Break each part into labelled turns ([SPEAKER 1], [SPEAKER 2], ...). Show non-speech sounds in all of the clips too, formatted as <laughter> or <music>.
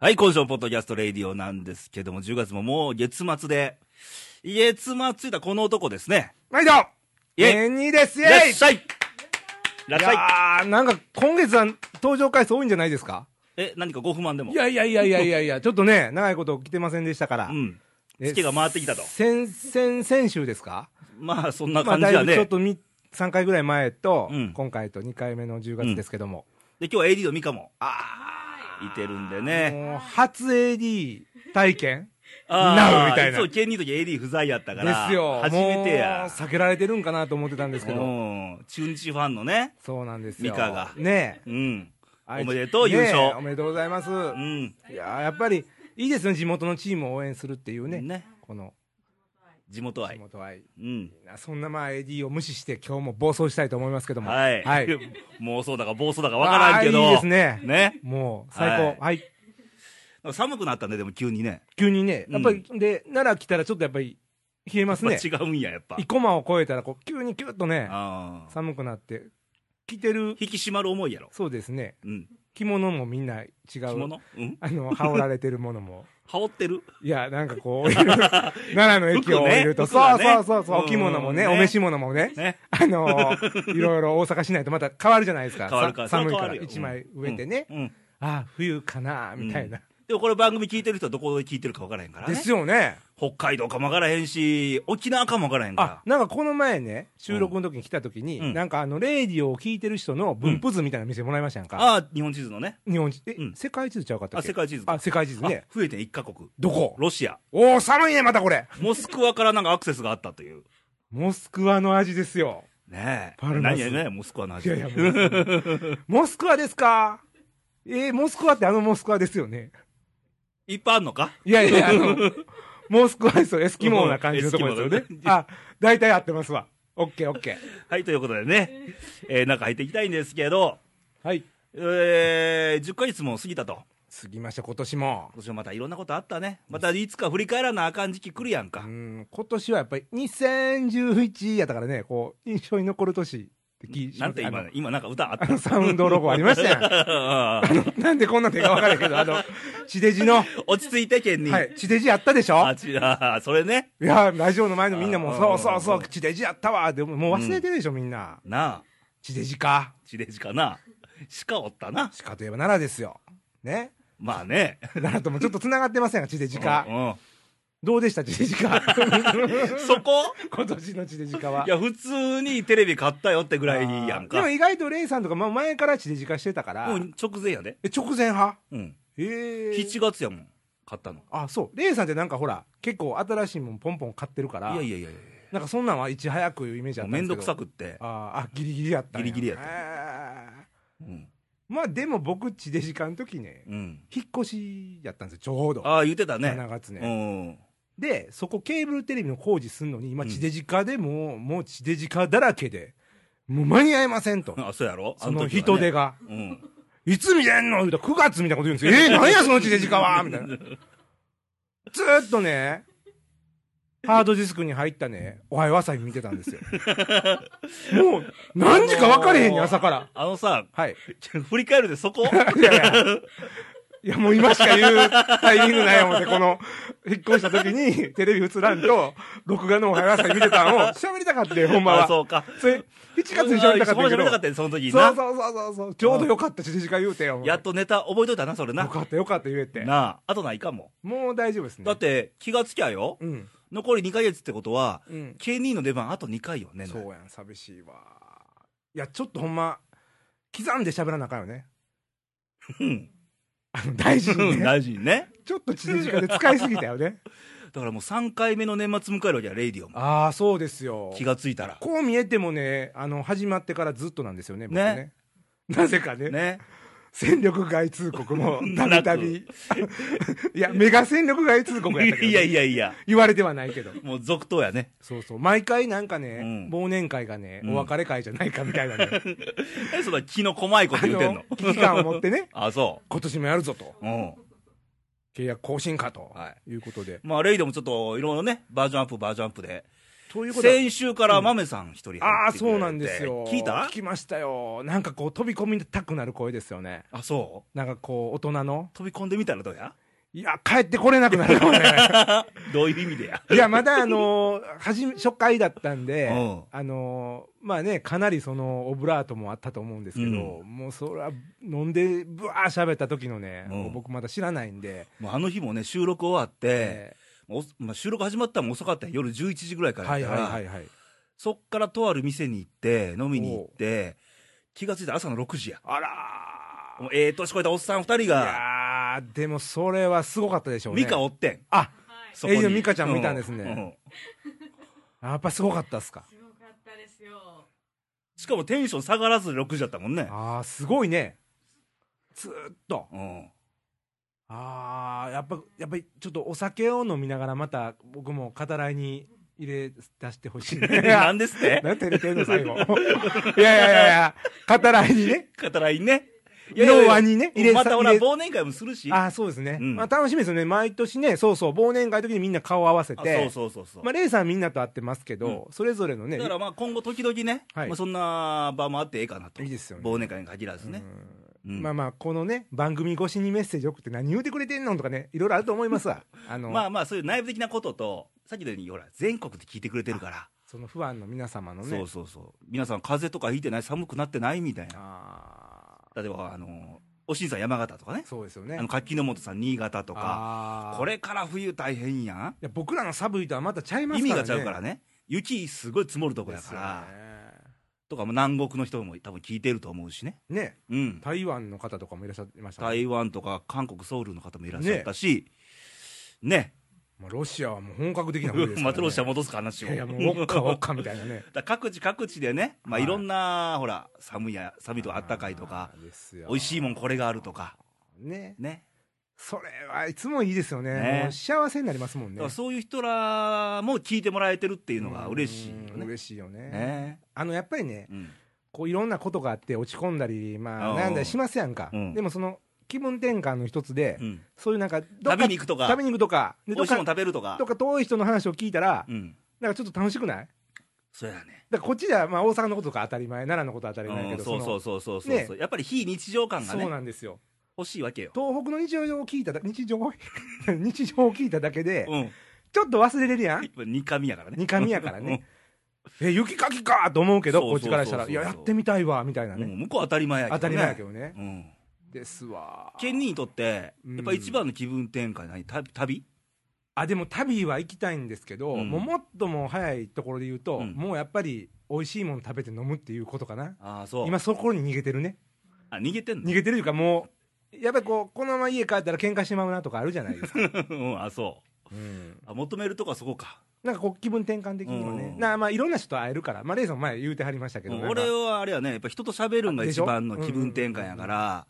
[SPEAKER 1] はい、今週のポッドキャストレイディオなんですけども、10月ももう月末で、月末ついたこの男ですね。
[SPEAKER 2] 毎度
[SPEAKER 1] イェ
[SPEAKER 2] えニーですイ
[SPEAKER 1] いらっ
[SPEAKER 2] ェイ
[SPEAKER 1] しゃいいらっ
[SPEAKER 2] い
[SPEAKER 1] しゃい
[SPEAKER 2] やー、なんか今月は登場回数多いんじゃないですか
[SPEAKER 1] え、何かご不満でも
[SPEAKER 2] いやいやいやいやいやい <laughs> や、ちょっとね、長いこと来てませんでしたから。
[SPEAKER 1] うん。
[SPEAKER 2] え
[SPEAKER 1] 月が回ってきたと。
[SPEAKER 2] 先、先、先週ですか
[SPEAKER 1] まあ、そんな
[SPEAKER 2] まあ、
[SPEAKER 1] 感じ
[SPEAKER 2] だい
[SPEAKER 1] は
[SPEAKER 2] ぶちょっ
[SPEAKER 1] ね。
[SPEAKER 2] とみ3回ぐらい前と、
[SPEAKER 1] うん
[SPEAKER 2] 今回と2回目の10月ですけども。
[SPEAKER 1] で、今日は AD のミカも
[SPEAKER 2] あ
[SPEAKER 1] いてるんで
[SPEAKER 2] ー、
[SPEAKER 1] ね。
[SPEAKER 2] もう初 AD 体験
[SPEAKER 1] あー
[SPEAKER 2] Now みたいな
[SPEAKER 1] そう、ケニーの時 AD 不在やった
[SPEAKER 2] で
[SPEAKER 1] から。
[SPEAKER 2] すよ。
[SPEAKER 1] 初めて
[SPEAKER 2] もう
[SPEAKER 1] や。
[SPEAKER 2] 避けられてるんかなと思ってたんですけ
[SPEAKER 1] う
[SPEAKER 2] ど。
[SPEAKER 1] ん。チュンチファンのね。
[SPEAKER 2] そうなんですよ。
[SPEAKER 1] ミカが
[SPEAKER 2] ね
[SPEAKER 1] う
[SPEAKER 2] え。
[SPEAKER 1] ん。
[SPEAKER 2] あいつ
[SPEAKER 1] おめでとう優勝
[SPEAKER 2] ねえおめでとうございます。
[SPEAKER 1] うん。
[SPEAKER 2] いやーやっぱりいいですね、地元のチームを応援するっていうね、
[SPEAKER 1] ね。
[SPEAKER 2] この
[SPEAKER 1] 地元
[SPEAKER 2] 地
[SPEAKER 1] 愛。
[SPEAKER 2] 元愛、
[SPEAKER 1] うん。
[SPEAKER 2] そんなまあ AD を無視して、今日も暴走したいと思いますけども、
[SPEAKER 1] はい。
[SPEAKER 2] <laughs> はい、
[SPEAKER 1] 妄想だか暴走だか <laughs> わからんけど。
[SPEAKER 2] あーいいですね
[SPEAKER 1] ね。
[SPEAKER 2] もう最高、
[SPEAKER 1] は
[SPEAKER 2] はいい、
[SPEAKER 1] 寒くなったね、でも急にね。
[SPEAKER 2] 急にね、やっぱり、で奈良来たらちょっとやっぱり冷えます
[SPEAKER 1] や
[SPEAKER 2] ね
[SPEAKER 1] っ、ぱ違うんや、やっぱ。
[SPEAKER 2] 生駒を越えたらこう、急にキュッとね、
[SPEAKER 1] あー
[SPEAKER 2] 寒くなって、着てる、
[SPEAKER 1] 引き締まる思いやろ。
[SPEAKER 2] そうですね、
[SPEAKER 1] うん。
[SPEAKER 2] 着物もみんな違
[SPEAKER 1] 着
[SPEAKER 2] う、
[SPEAKER 1] 物うん
[SPEAKER 2] あの羽織られてるもの
[SPEAKER 1] <laughs>
[SPEAKER 2] も。
[SPEAKER 1] 羽織ってる
[SPEAKER 2] いや、なんかこう、 <laughs> 奈良の駅を降りると、
[SPEAKER 1] 服
[SPEAKER 2] そ
[SPEAKER 1] ね
[SPEAKER 2] うそうそうそう、
[SPEAKER 1] 服がね
[SPEAKER 2] お着物もね、
[SPEAKER 1] うん
[SPEAKER 2] お召し物もね、
[SPEAKER 1] ね。
[SPEAKER 2] <laughs> あのーいろいろ大阪市内とまた変わるじゃないですか。
[SPEAKER 1] 変わるから
[SPEAKER 2] さ寒い
[SPEAKER 1] そ
[SPEAKER 2] か
[SPEAKER 1] れは変
[SPEAKER 2] ら
[SPEAKER 1] わるよ
[SPEAKER 2] 一枚植えてね。
[SPEAKER 1] うん。
[SPEAKER 2] ああ、冬かな、みたいな。
[SPEAKER 1] でもこれ番組聞いてる人はどこで聞いてるかわからへんから
[SPEAKER 2] で
[SPEAKER 1] ね。
[SPEAKER 2] すよね。
[SPEAKER 1] 北海道かもわからへんし、沖縄かもわからへん
[SPEAKER 2] あ
[SPEAKER 1] か、
[SPEAKER 2] なんかこの前ね、収録の時に来た時に、
[SPEAKER 1] うん
[SPEAKER 2] なんかあの、レイディオを聞いてる人の分布図みたいな店もらいましたやん
[SPEAKER 1] ら。
[SPEAKER 2] か。
[SPEAKER 1] ああ、日本地図のね。
[SPEAKER 2] 日本地、え
[SPEAKER 1] うん、
[SPEAKER 2] 世界地図ちゃうかった
[SPEAKER 1] あ、
[SPEAKER 2] っけ
[SPEAKER 1] 世界地図。
[SPEAKER 2] あ、世界地図ね。
[SPEAKER 1] あ増えてん、一カ国。
[SPEAKER 2] どこ
[SPEAKER 1] ロシア。
[SPEAKER 2] おお、寒いね、またこれ。
[SPEAKER 1] モスクワからなんかアクセスがあったという。
[SPEAKER 2] モスクワの味ですよ。
[SPEAKER 1] ねえ。
[SPEAKER 2] パルマス
[SPEAKER 1] 何やね、モスクワの
[SPEAKER 2] い
[SPEAKER 1] 味。
[SPEAKER 2] やいや、モスク
[SPEAKER 1] <laughs>
[SPEAKER 2] ワモスクワですかえー、モスクワってあのモスクワですよね。
[SPEAKER 1] いっぱいあんのか
[SPEAKER 2] いやいや、あの、モスクワですよ。エスキモーな感じのところですよ
[SPEAKER 1] エ
[SPEAKER 2] ね
[SPEAKER 1] スキモ。だ
[SPEAKER 2] あ、大体合ってますわ。オッケーオッケー。
[SPEAKER 1] はい、ということでね、えー、中入っていきたいんですけど、
[SPEAKER 2] はい。
[SPEAKER 1] えー、10ヶ月も過ぎたと。
[SPEAKER 2] 過ぎました、今年も
[SPEAKER 1] 今。年もまたいろんなことあったね。またいつか振り返らなあかん時期来るやん
[SPEAKER 2] う
[SPEAKER 1] か。
[SPEAKER 2] ん、今年はやっぱり2011やったからね、こう、印象に残る年って気し
[SPEAKER 1] な
[SPEAKER 2] ま
[SPEAKER 1] ん
[SPEAKER 2] す
[SPEAKER 1] て
[SPEAKER 2] あ
[SPEAKER 1] 今
[SPEAKER 2] の、
[SPEAKER 1] 今なんか歌あっ
[SPEAKER 2] あのサウンドロゴありまし
[SPEAKER 1] <laughs>
[SPEAKER 2] たやん。
[SPEAKER 1] た。
[SPEAKER 2] <laughs> なんでこんな手が分からへんけど、あの、地デジの、は
[SPEAKER 1] 落ち着いて、県に。
[SPEAKER 2] い、地デジやったでしょ
[SPEAKER 1] あちあー、 <laughs> それね。
[SPEAKER 2] いや、ラジオの前のみんなも、
[SPEAKER 1] あ
[SPEAKER 2] そうそう
[SPEAKER 1] う
[SPEAKER 2] そ
[SPEAKER 1] ん
[SPEAKER 2] う、地デジやったわ。でも、もう忘れてるでしょ、みんな。
[SPEAKER 1] なあ、
[SPEAKER 2] 地デジか。
[SPEAKER 1] 地デジかな。鹿おったな。
[SPEAKER 2] 鹿といえば奈良ですよ。ね。
[SPEAKER 1] まあね。
[SPEAKER 2] 奈良ともちょっと繋がってませんが、地デジか。
[SPEAKER 1] う
[SPEAKER 2] どうでした、地デジ
[SPEAKER 1] <laughs>
[SPEAKER 2] か。
[SPEAKER 1] ん。そこ。
[SPEAKER 2] <laughs> 今年の地デジかはい
[SPEAKER 1] や、普通にテレビ買ったよってぐらいやん
[SPEAKER 2] で
[SPEAKER 1] か
[SPEAKER 2] も。意外とレイさんとか、まあ、前から地デジ化してたから、
[SPEAKER 1] もう直前やで。
[SPEAKER 2] え直前派
[SPEAKER 1] うん。
[SPEAKER 2] へえ
[SPEAKER 1] 7月やもん。買ったの。
[SPEAKER 2] あそうレイさんってなんかほら結構新しいもんポンポン買ってるから
[SPEAKER 1] いやいやいやいや。
[SPEAKER 2] なんかそんなんはいち早くいうイメージあ
[SPEAKER 1] も
[SPEAKER 2] っ
[SPEAKER 1] う
[SPEAKER 2] たんで
[SPEAKER 1] め
[SPEAKER 2] す
[SPEAKER 1] ん
[SPEAKER 2] け
[SPEAKER 1] ど
[SPEAKER 2] ど
[SPEAKER 1] くさくって。
[SPEAKER 2] あーあギリギリやったん
[SPEAKER 1] ギリギリやった
[SPEAKER 2] へえ
[SPEAKER 1] うん。
[SPEAKER 2] まあでも僕地デジ化の時ね
[SPEAKER 1] うん。
[SPEAKER 2] 引っ越しやったんですよちょうど
[SPEAKER 1] ああ、言ってたね。
[SPEAKER 2] 7月ね、
[SPEAKER 1] うん。
[SPEAKER 2] でそこケーブルテレビの工事すんのに今
[SPEAKER 1] うん
[SPEAKER 2] 地デジ化でもう、もう地デジ化だらけでもう間に合いませんと
[SPEAKER 1] あ、そうやろ
[SPEAKER 2] その人手
[SPEAKER 1] が。
[SPEAKER 2] が
[SPEAKER 1] うん。
[SPEAKER 2] いつ見れんの言うたら9月みたいなこと言うんですよ。えー、何やそのうちデジカは
[SPEAKER 1] <laughs>
[SPEAKER 2] みたいな。ずーっとね、ハードディスクに入ったね、おはよう朝日見てたん
[SPEAKER 1] <laughs>
[SPEAKER 2] ですよ。もう、何時か分かれへんねん、朝から。
[SPEAKER 1] あのさ、
[SPEAKER 2] はい。
[SPEAKER 1] <laughs> 振り返るでそこ
[SPEAKER 2] いやいや。いや、もう今しか言うタイミングないやもんで、この、引っ越した時にテレビ映らんと、録画のおはよう朝日見てたんを喋りたかったよ、ほんま
[SPEAKER 1] あ
[SPEAKER 2] は。
[SPEAKER 1] そうか。
[SPEAKER 2] それ、7月に喋りたかったん
[SPEAKER 1] うん
[SPEAKER 2] や
[SPEAKER 1] そ
[SPEAKER 2] け
[SPEAKER 1] こ喋りたかっ
[SPEAKER 2] ど。
[SPEAKER 1] たよその時に
[SPEAKER 2] そう
[SPEAKER 1] な。
[SPEAKER 2] そうそうそうそう。ちょうどよかった、デジカ言うてよ。
[SPEAKER 1] やっとネタ覚えといたな、それな
[SPEAKER 2] よ。かったよかった言えて。
[SPEAKER 1] なあ、あとないかも。
[SPEAKER 2] もう大丈夫ですね。
[SPEAKER 1] だって、気がつきゃよ、
[SPEAKER 2] うん。
[SPEAKER 1] 残り2ヶ月ってことは、
[SPEAKER 2] うん。
[SPEAKER 1] K2 の出番あと2回よね。
[SPEAKER 2] そうやん、寂しいわ。いや、ちょっとほんま、刻んで喋らなあかんよね。
[SPEAKER 1] うん。
[SPEAKER 2] あの、大事にね。
[SPEAKER 1] 大事にね。
[SPEAKER 2] ちょっと地時間で使いすぎた
[SPEAKER 1] <laughs>
[SPEAKER 2] よね。
[SPEAKER 1] だからもう3回目の年末迎えるわけや、レイディオも。
[SPEAKER 2] ああ、そうですよ
[SPEAKER 1] 気がついたら。
[SPEAKER 2] こう見えてもね、あの、始まってからずっとなんですよね、僕
[SPEAKER 1] ね
[SPEAKER 2] ね。なぜかね、
[SPEAKER 1] ね。、
[SPEAKER 2] 戦力外通告も
[SPEAKER 1] <laughs> な
[SPEAKER 2] た
[SPEAKER 1] く
[SPEAKER 2] びたび。いや、メガ戦力外通告やったけど、
[SPEAKER 1] いやいやいや、
[SPEAKER 2] 言われてはないけど。
[SPEAKER 1] もう続投やね。
[SPEAKER 2] そうそう。毎回なんか
[SPEAKER 1] う
[SPEAKER 2] ね
[SPEAKER 1] ん、
[SPEAKER 2] 忘年会がね、
[SPEAKER 1] うん
[SPEAKER 2] お別れ会じゃないかみたいなね。
[SPEAKER 1] 何そんな気の細いこと <laughs>
[SPEAKER 2] あ
[SPEAKER 1] 言うてんの
[SPEAKER 2] の、危機感を持ってね、
[SPEAKER 1] あ、そ
[SPEAKER 2] 今年もやるぞと。
[SPEAKER 1] う。うん。
[SPEAKER 2] 契約更新かと
[SPEAKER 1] は
[SPEAKER 2] いうことで、
[SPEAKER 1] まあ、レイドもちょっと、いろいろね、バージョンアップ、バージョンアップで、
[SPEAKER 2] ということは
[SPEAKER 1] 先週から豆さん一人入ってくれて
[SPEAKER 2] ああそうなんですよ
[SPEAKER 1] 聞いた
[SPEAKER 2] 聞きましたよなんかこう飛び込みたくなる声ですよね
[SPEAKER 1] あそう
[SPEAKER 2] なんかこう大人の
[SPEAKER 1] 飛び込んでみたらどうや <laughs>
[SPEAKER 2] いや帰ってこれなくなるよね
[SPEAKER 1] どういう意味でや <laughs>
[SPEAKER 2] いやまだあのー初め初回だったんで、
[SPEAKER 1] うん
[SPEAKER 2] あのーまあねかなりそのオブラートもあったと思うんですけど、もうそれは飲んでぶわー喋った時のね、
[SPEAKER 1] うん
[SPEAKER 2] もう僕まだ知らないんで、
[SPEAKER 1] もうあの日もね収録終わって、
[SPEAKER 2] え
[SPEAKER 1] おまあ、収録始まったのも遅かったよ夜11時ぐらいか
[SPEAKER 2] ー
[SPEAKER 1] ら
[SPEAKER 2] は
[SPEAKER 1] や
[SPEAKER 2] い
[SPEAKER 1] った
[SPEAKER 2] は
[SPEAKER 1] か
[SPEAKER 2] い
[SPEAKER 1] ら
[SPEAKER 2] はいはい
[SPEAKER 1] そっからとある店に行って飲みに行って気がついたら朝の6時や
[SPEAKER 2] あら
[SPEAKER 1] もうええ年越えたおっさん2人
[SPEAKER 2] ーい
[SPEAKER 1] が
[SPEAKER 2] やーでもそれはすごかったでしょうね
[SPEAKER 1] ミカおってん
[SPEAKER 2] あ
[SPEAKER 3] はい、
[SPEAKER 1] そこに
[SPEAKER 2] えいやミカちゃんもいたんですねやっぱすごかったっすか
[SPEAKER 3] すごかったですよ。
[SPEAKER 1] しかもテンション下がらず6時だったもんね
[SPEAKER 2] ああすごいねずーっと
[SPEAKER 1] うん
[SPEAKER 2] ああやっぱやっぱりちょっとお酒を飲みながらまた僕も語らいに入れ出してほしい
[SPEAKER 1] <laughs> な
[SPEAKER 2] ね
[SPEAKER 1] んです
[SPEAKER 2] <laughs>
[SPEAKER 1] って
[SPEAKER 2] 何照れ
[SPEAKER 1] <laughs>
[SPEAKER 2] てるの最後いやいやいやいや語らいにね
[SPEAKER 1] 語らいねいやいやいや
[SPEAKER 2] の輪にね入れ
[SPEAKER 1] またほら
[SPEAKER 2] 入れ
[SPEAKER 1] 忘年会もするし
[SPEAKER 2] ああそうですね、
[SPEAKER 1] うん
[SPEAKER 2] まあ、楽しみですよね毎年ねそうそう忘年会の時にみんな顔合わせ
[SPEAKER 1] あ
[SPEAKER 2] て
[SPEAKER 1] そうそうそうそう、
[SPEAKER 2] まあ、レイさんみんなと会ってますけど、それぞれのね
[SPEAKER 1] だからまあ今後時々ね、
[SPEAKER 2] はい
[SPEAKER 1] まあ、そんな場もあってええかなと
[SPEAKER 2] いいですよね
[SPEAKER 1] 忘年会に限らずね、うん
[SPEAKER 2] まあまあこのね番組越しにメッセージ送って何言うてくれてんのとかねいろいろあると思いま
[SPEAKER 1] <laughs>
[SPEAKER 2] すわあの、
[SPEAKER 1] まあまあそういう内部的なこととさっきのようにほら全国で聞いてくれてるから
[SPEAKER 2] その不安の皆様のね
[SPEAKER 1] そうそうそう皆さん風邪とかひいてない寒くなってないみたいな
[SPEAKER 2] あ
[SPEAKER 1] 例えばあのおしんさん山形とかね
[SPEAKER 2] ーそうですよね
[SPEAKER 1] あの柿の本さん新潟とか
[SPEAKER 2] あー
[SPEAKER 1] こ
[SPEAKER 2] い
[SPEAKER 1] れから冬大変やん
[SPEAKER 2] や僕らの寒いとはまたちゃいま
[SPEAKER 1] 意
[SPEAKER 2] す
[SPEAKER 1] 味
[SPEAKER 2] からね
[SPEAKER 1] がちゃうからね雪すごい積もるとこや
[SPEAKER 2] です
[SPEAKER 1] か
[SPEAKER 2] よ
[SPEAKER 1] ら、とかも南国の人も多分聞いてると思うしね
[SPEAKER 2] ねね
[SPEAKER 1] うん
[SPEAKER 2] 台湾の方とかもいらっしゃいましたね
[SPEAKER 1] 台湾とか韓国ソウルの方もいらっしゃったしね
[SPEAKER 2] まあ、ロシアはもう本格的な冬ですから、ね、
[SPEAKER 1] <laughs> またロシア戻すか話
[SPEAKER 2] い
[SPEAKER 1] を
[SPEAKER 2] やいやもうウォッカウォッカみたいなね
[SPEAKER 1] だから各地各地でね、まあ、
[SPEAKER 2] はい
[SPEAKER 1] いろんな、ほら寒いや寒いとかあったかいとか美味しいもんこれがあるとか
[SPEAKER 2] んね
[SPEAKER 1] ね
[SPEAKER 2] それはいつもいいですよね
[SPEAKER 1] ね
[SPEAKER 2] もう幸せになりますも
[SPEAKER 1] だ
[SPEAKER 2] んね
[SPEAKER 1] からそういう人らも聞いてもらえてるっていうのが嬉しいよ
[SPEAKER 2] うん
[SPEAKER 1] ね
[SPEAKER 2] 嬉しいよね
[SPEAKER 1] ね
[SPEAKER 2] あのやっぱりね
[SPEAKER 1] うん
[SPEAKER 2] こういろんなことがあって落ち込んだり、
[SPEAKER 1] う
[SPEAKER 2] まあ、
[SPEAKER 1] ん
[SPEAKER 2] 悩んだりしますやんか、
[SPEAKER 1] うん
[SPEAKER 2] でもその気分転換の一つで、
[SPEAKER 1] うん
[SPEAKER 2] そういうなんかどっか
[SPEAKER 1] 食べに行くとか
[SPEAKER 2] 食べに行くとかで
[SPEAKER 1] 美
[SPEAKER 2] どっ
[SPEAKER 1] 味しいもん
[SPEAKER 2] か
[SPEAKER 1] 食べるとか
[SPEAKER 2] どっか遠い人の話を聞いたら、
[SPEAKER 1] うん
[SPEAKER 2] なんかちょっと楽しくないだか
[SPEAKER 1] そうやね
[SPEAKER 2] らこっちではまあ大阪のことが当たり前奈良のことは当たり前やけ
[SPEAKER 1] うん
[SPEAKER 2] ど、
[SPEAKER 1] そうそううそうそうそうそうやっぱり非日常感が
[SPEAKER 2] そう
[SPEAKER 1] ね
[SPEAKER 2] なんですよ
[SPEAKER 1] 欲しいわけよ
[SPEAKER 2] 東北の日常を聞いただ日常日常を聞いただけで、
[SPEAKER 1] うん
[SPEAKER 2] ちょっと忘れれるやん
[SPEAKER 1] 二回目やからね
[SPEAKER 2] 二回目やからね <laughs> え雪かきかと思うけど
[SPEAKER 1] そう
[SPEAKER 2] こ
[SPEAKER 1] そう
[SPEAKER 2] っ
[SPEAKER 1] そ
[SPEAKER 2] ち
[SPEAKER 1] うそう
[SPEAKER 2] からしたらいややってみたいわみたいな
[SPEAKER 1] う
[SPEAKER 2] ね、
[SPEAKER 1] ん向こう当たり前やけどね
[SPEAKER 2] 当たり前やけどね、
[SPEAKER 1] うん
[SPEAKER 2] ですわ
[SPEAKER 1] ケンニーにとって
[SPEAKER 2] うん
[SPEAKER 1] やっぱ一番の気分転換は何旅旅
[SPEAKER 2] あでも旅は行きたいんですけど、
[SPEAKER 1] うん
[SPEAKER 2] もうもっともう早いところで言うと、
[SPEAKER 1] うん
[SPEAKER 2] もうやっぱり美味しいもの食べて飲むっていうことかな
[SPEAKER 1] ああそう
[SPEAKER 2] 今そこに逃げてるね
[SPEAKER 1] あ逃げてんの
[SPEAKER 2] 逃げてるというかもうやっぱりこうこのまま家帰ったら喧嘩してまうなとかあるじゃない <laughs> ですか、
[SPEAKER 1] <laughs> うんあそうあ求めるとこはそこか
[SPEAKER 2] なんかこう気分転換的にはね、
[SPEAKER 1] うん
[SPEAKER 2] なまあいろんな人と会えるからまあレイさんも前言うてはりましたけど、
[SPEAKER 1] うん
[SPEAKER 2] なんか
[SPEAKER 1] 俺はあれやねやっぱ人と喋るのが
[SPEAKER 2] で
[SPEAKER 1] 一
[SPEAKER 2] しょ
[SPEAKER 1] 番の気分転換やから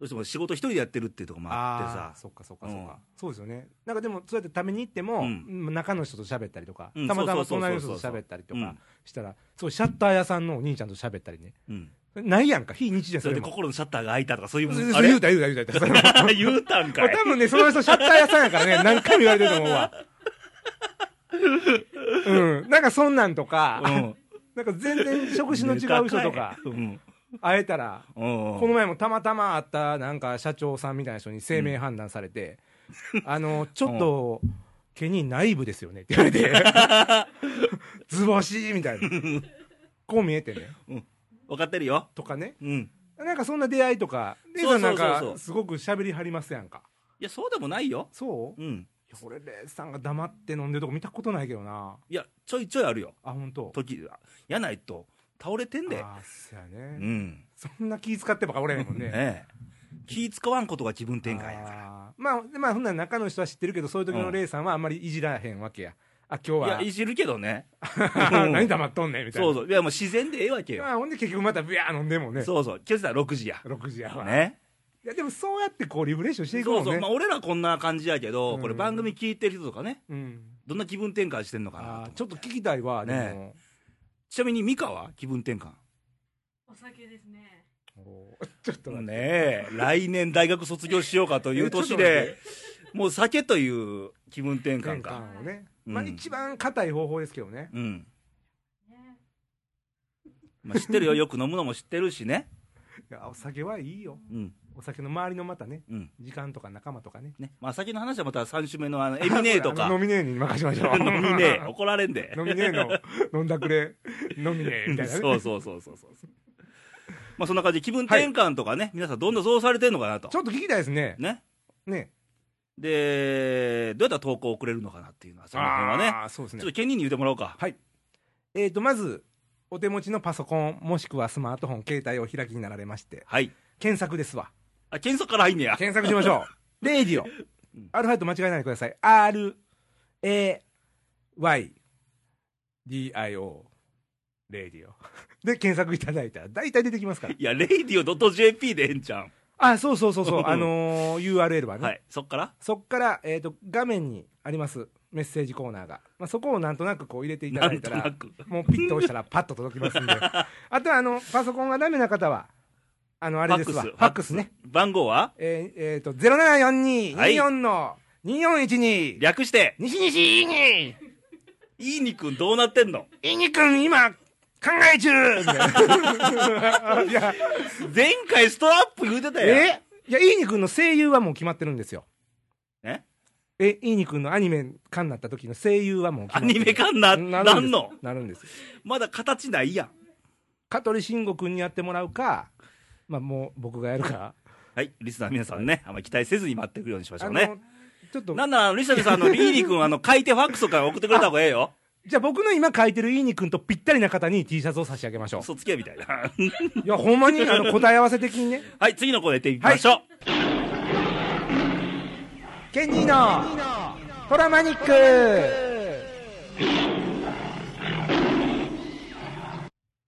[SPEAKER 1] どうしても仕事一人でやってるっていうとこもあっ
[SPEAKER 2] あー
[SPEAKER 1] てさ
[SPEAKER 2] そっかそっかそっか、そうですよねなんかでもそうやって食べに行っても、
[SPEAKER 1] うん
[SPEAKER 2] 中の人と喋ったりとか、
[SPEAKER 1] うん
[SPEAKER 2] たまたま
[SPEAKER 1] そうそう
[SPEAKER 2] 隣
[SPEAKER 1] そう
[SPEAKER 2] の
[SPEAKER 1] そう
[SPEAKER 2] 人と喋ったりと
[SPEAKER 1] うん
[SPEAKER 2] かしたら、そうシャッター屋さんのお兄ちゃんと喋ったりね
[SPEAKER 1] うん
[SPEAKER 2] ないやんか非日常やん
[SPEAKER 1] そ
[SPEAKER 2] そ
[SPEAKER 1] れ
[SPEAKER 2] れ
[SPEAKER 1] で
[SPEAKER 2] も
[SPEAKER 1] 心のシャッターが開いたとかそういうもん
[SPEAKER 2] そ <laughs>
[SPEAKER 1] あれ
[SPEAKER 2] れ言うた言うた言うた言うたそれ
[SPEAKER 1] 言うたんか
[SPEAKER 2] もう
[SPEAKER 1] い
[SPEAKER 2] <laughs> 多分ねその人シャッター屋さんやからね何回も言われてると思うわうんなんかそんなんとか、
[SPEAKER 1] うん
[SPEAKER 2] なんか全然職種の違う人とか
[SPEAKER 1] うん
[SPEAKER 2] 会えたら
[SPEAKER 1] うん
[SPEAKER 2] この前もたまたま会ったなんか社長さんみたいな人に姓名判断されて、あのちょっと、ケニー内部ですよねって言
[SPEAKER 1] <laughs>
[SPEAKER 2] われて図星みたいなこう見えてね
[SPEAKER 1] 分かってるよ
[SPEAKER 2] とかね
[SPEAKER 1] うん
[SPEAKER 2] なんかそんな出会いとかレイ
[SPEAKER 1] そ
[SPEAKER 2] さ
[SPEAKER 1] うんそうんそう
[SPEAKER 2] な
[SPEAKER 1] そう
[SPEAKER 2] かすごく喋りはりますやんか
[SPEAKER 1] いやそうでもないよ
[SPEAKER 2] そ
[SPEAKER 1] う
[SPEAKER 2] う
[SPEAKER 1] ん
[SPEAKER 2] いや俺レイさんが黙って飲んでるとこ見たことないけどない
[SPEAKER 1] やちょいちょいあるよ
[SPEAKER 2] あ本当
[SPEAKER 1] 時やないと倒れてんで
[SPEAKER 2] あーそや
[SPEAKER 1] う
[SPEAKER 2] ね、
[SPEAKER 1] ん
[SPEAKER 2] そんな気使ってばっか俺らもんね
[SPEAKER 1] <laughs> ねえ気使わんことが気分転換やから
[SPEAKER 2] あーまあでまあほんなら中の人は知ってるけどそういう時
[SPEAKER 1] う
[SPEAKER 2] の
[SPEAKER 1] ん
[SPEAKER 2] レイさんはあんまりいじらへんわけや、あ今
[SPEAKER 1] い
[SPEAKER 2] 日
[SPEAKER 1] や
[SPEAKER 2] はい
[SPEAKER 1] じるけどね
[SPEAKER 2] <laughs> 何黙っとんねんみたいな
[SPEAKER 1] そうそういやもう自然でええわけよ
[SPEAKER 2] まあ、ほんで結局またビャー飲んでもね
[SPEAKER 1] そうそう今朝6時や
[SPEAKER 2] 6時やわ、
[SPEAKER 1] ね
[SPEAKER 2] いやでもそうやってこうリフレッシュしていく
[SPEAKER 1] そ
[SPEAKER 2] もん
[SPEAKER 1] う
[SPEAKER 2] ね
[SPEAKER 1] そう、まあ、俺らこんな感じやけど、
[SPEAKER 2] うん
[SPEAKER 1] これ番組聞いてる人とかね、
[SPEAKER 2] うん、
[SPEAKER 1] どんな気分転換してんのかなと
[SPEAKER 2] あ
[SPEAKER 1] 思っ
[SPEAKER 2] ー
[SPEAKER 1] て
[SPEAKER 2] ちょっと聞きたいわでも、
[SPEAKER 1] ねちなみに美香は気分転換。
[SPEAKER 3] お酒ですね。
[SPEAKER 2] おー <laughs> ちょっと待って
[SPEAKER 1] ねえ、来年大学卒業しようかという年で、もう酒という気分転換
[SPEAKER 2] 玄
[SPEAKER 1] か。
[SPEAKER 2] 関をね
[SPEAKER 1] うん
[SPEAKER 2] まあ一番硬い方法ですけどね。
[SPEAKER 1] うん。
[SPEAKER 3] ね
[SPEAKER 1] まあ、知ってるよ。よく飲むのも知ってるしね。
[SPEAKER 2] いやお酒はいいよ。
[SPEAKER 1] うん。
[SPEAKER 2] お酒の周りのまたね、
[SPEAKER 1] うん。
[SPEAKER 2] 時間とか仲間とかね。
[SPEAKER 1] ね。まあ、先の話はまた3週目のあの、エミネーと
[SPEAKER 2] あ
[SPEAKER 1] か
[SPEAKER 2] の。ノミネーに任しま
[SPEAKER 1] <laughs>
[SPEAKER 2] しょう。
[SPEAKER 1] 飲みねえ。怒られんで。
[SPEAKER 2] <laughs> ノミネーの飲んだくれ、ノミネーみたいな
[SPEAKER 1] <laughs>
[SPEAKER 2] ね。
[SPEAKER 1] そうそうそうそうそう。まあ、そんな感じで気分転換とかね、皆さんどんどんそうされてるのかなと
[SPEAKER 2] ち。ょっと聞きたいですね。
[SPEAKER 1] ね。
[SPEAKER 2] ね。
[SPEAKER 1] で、どうやったら投稿送れるのかなっていうのは、その辺はね。
[SPEAKER 2] あーそうです
[SPEAKER 1] ちょっ
[SPEAKER 2] ね
[SPEAKER 1] と。ケニーに言うてもらおうか。
[SPEAKER 2] えーと、まず、お手持ちのパソコン、もしくはスマートフォン、携帯を開きになられまして、
[SPEAKER 1] はい。
[SPEAKER 2] 検索ですわ。
[SPEAKER 1] あ、検索から入んねや。
[SPEAKER 2] 検索しましょ
[SPEAKER 1] <laughs>
[SPEAKER 2] う。レイディオ
[SPEAKER 1] ん。
[SPEAKER 2] アルファベット間違えないでください。R, A, Y, D, I, O. レイディオ。で、検索いただいたら、大体出てきますから。
[SPEAKER 1] いや、レイディオ .jp でええんちゃん。
[SPEAKER 2] あ、そうそうそうそう。あのー URL はね。
[SPEAKER 1] はい。そっから
[SPEAKER 2] そっから、えっ、と、画面にあります、メッセージコーナーが。まあ、そこをなんとなくこう入れていた
[SPEAKER 1] な
[SPEAKER 2] だい
[SPEAKER 1] ん
[SPEAKER 2] た
[SPEAKER 1] と
[SPEAKER 2] ら
[SPEAKER 1] な、く。
[SPEAKER 2] もうピッと押したらパッと届きますんで。あとは、あの、パソコンがダメな方は、あの、あれですわ。ファックスね。。
[SPEAKER 1] 番号は
[SPEAKER 2] えー、えー、と、0742-24の2412、
[SPEAKER 1] 略して、
[SPEAKER 2] 西西に、
[SPEAKER 1] いいにくんどうなってんの
[SPEAKER 2] いにくん今、考え中みたいないや、
[SPEAKER 1] 前回ストラップ言うてたやん。
[SPEAKER 2] えいや、いにくんの声優はもう決まってるんですよ。
[SPEAKER 1] え
[SPEAKER 2] え、いにくんのアニメ化になった時の声優はもう決
[SPEAKER 1] ア
[SPEAKER 2] まって
[SPEAKER 1] ニ
[SPEAKER 2] る
[SPEAKER 1] メ化にな、
[SPEAKER 2] な
[SPEAKER 1] な
[SPEAKER 2] る
[SPEAKER 1] ん
[SPEAKER 2] ん
[SPEAKER 1] の
[SPEAKER 2] です。なるんです。
[SPEAKER 1] まだ形ないやん。
[SPEAKER 2] 香取慎吾君にやってもらうか、まあ、もう僕がやるか、
[SPEAKER 1] はい。リスナー皆さんね、あんまり期待せずに待ってくるようにしましょ
[SPEAKER 2] あ
[SPEAKER 1] う
[SPEAKER 2] の
[SPEAKER 1] ね。
[SPEAKER 2] ちょっと
[SPEAKER 1] なんなら、リスナーさん、あの、リーニ君、あの、書いてファックスとか送ってくれた方がええ
[SPEAKER 2] <laughs>
[SPEAKER 1] よ。
[SPEAKER 2] じゃあ僕の今書いてるいいに君とぴったりな方に T シャツを差し上げましょ
[SPEAKER 1] 嘘つけみたいな。
[SPEAKER 2] ういやほんまにあの答え合わせ的にね
[SPEAKER 1] はい、次のコーナー行っていきましょう。
[SPEAKER 2] ケニーのトラマニック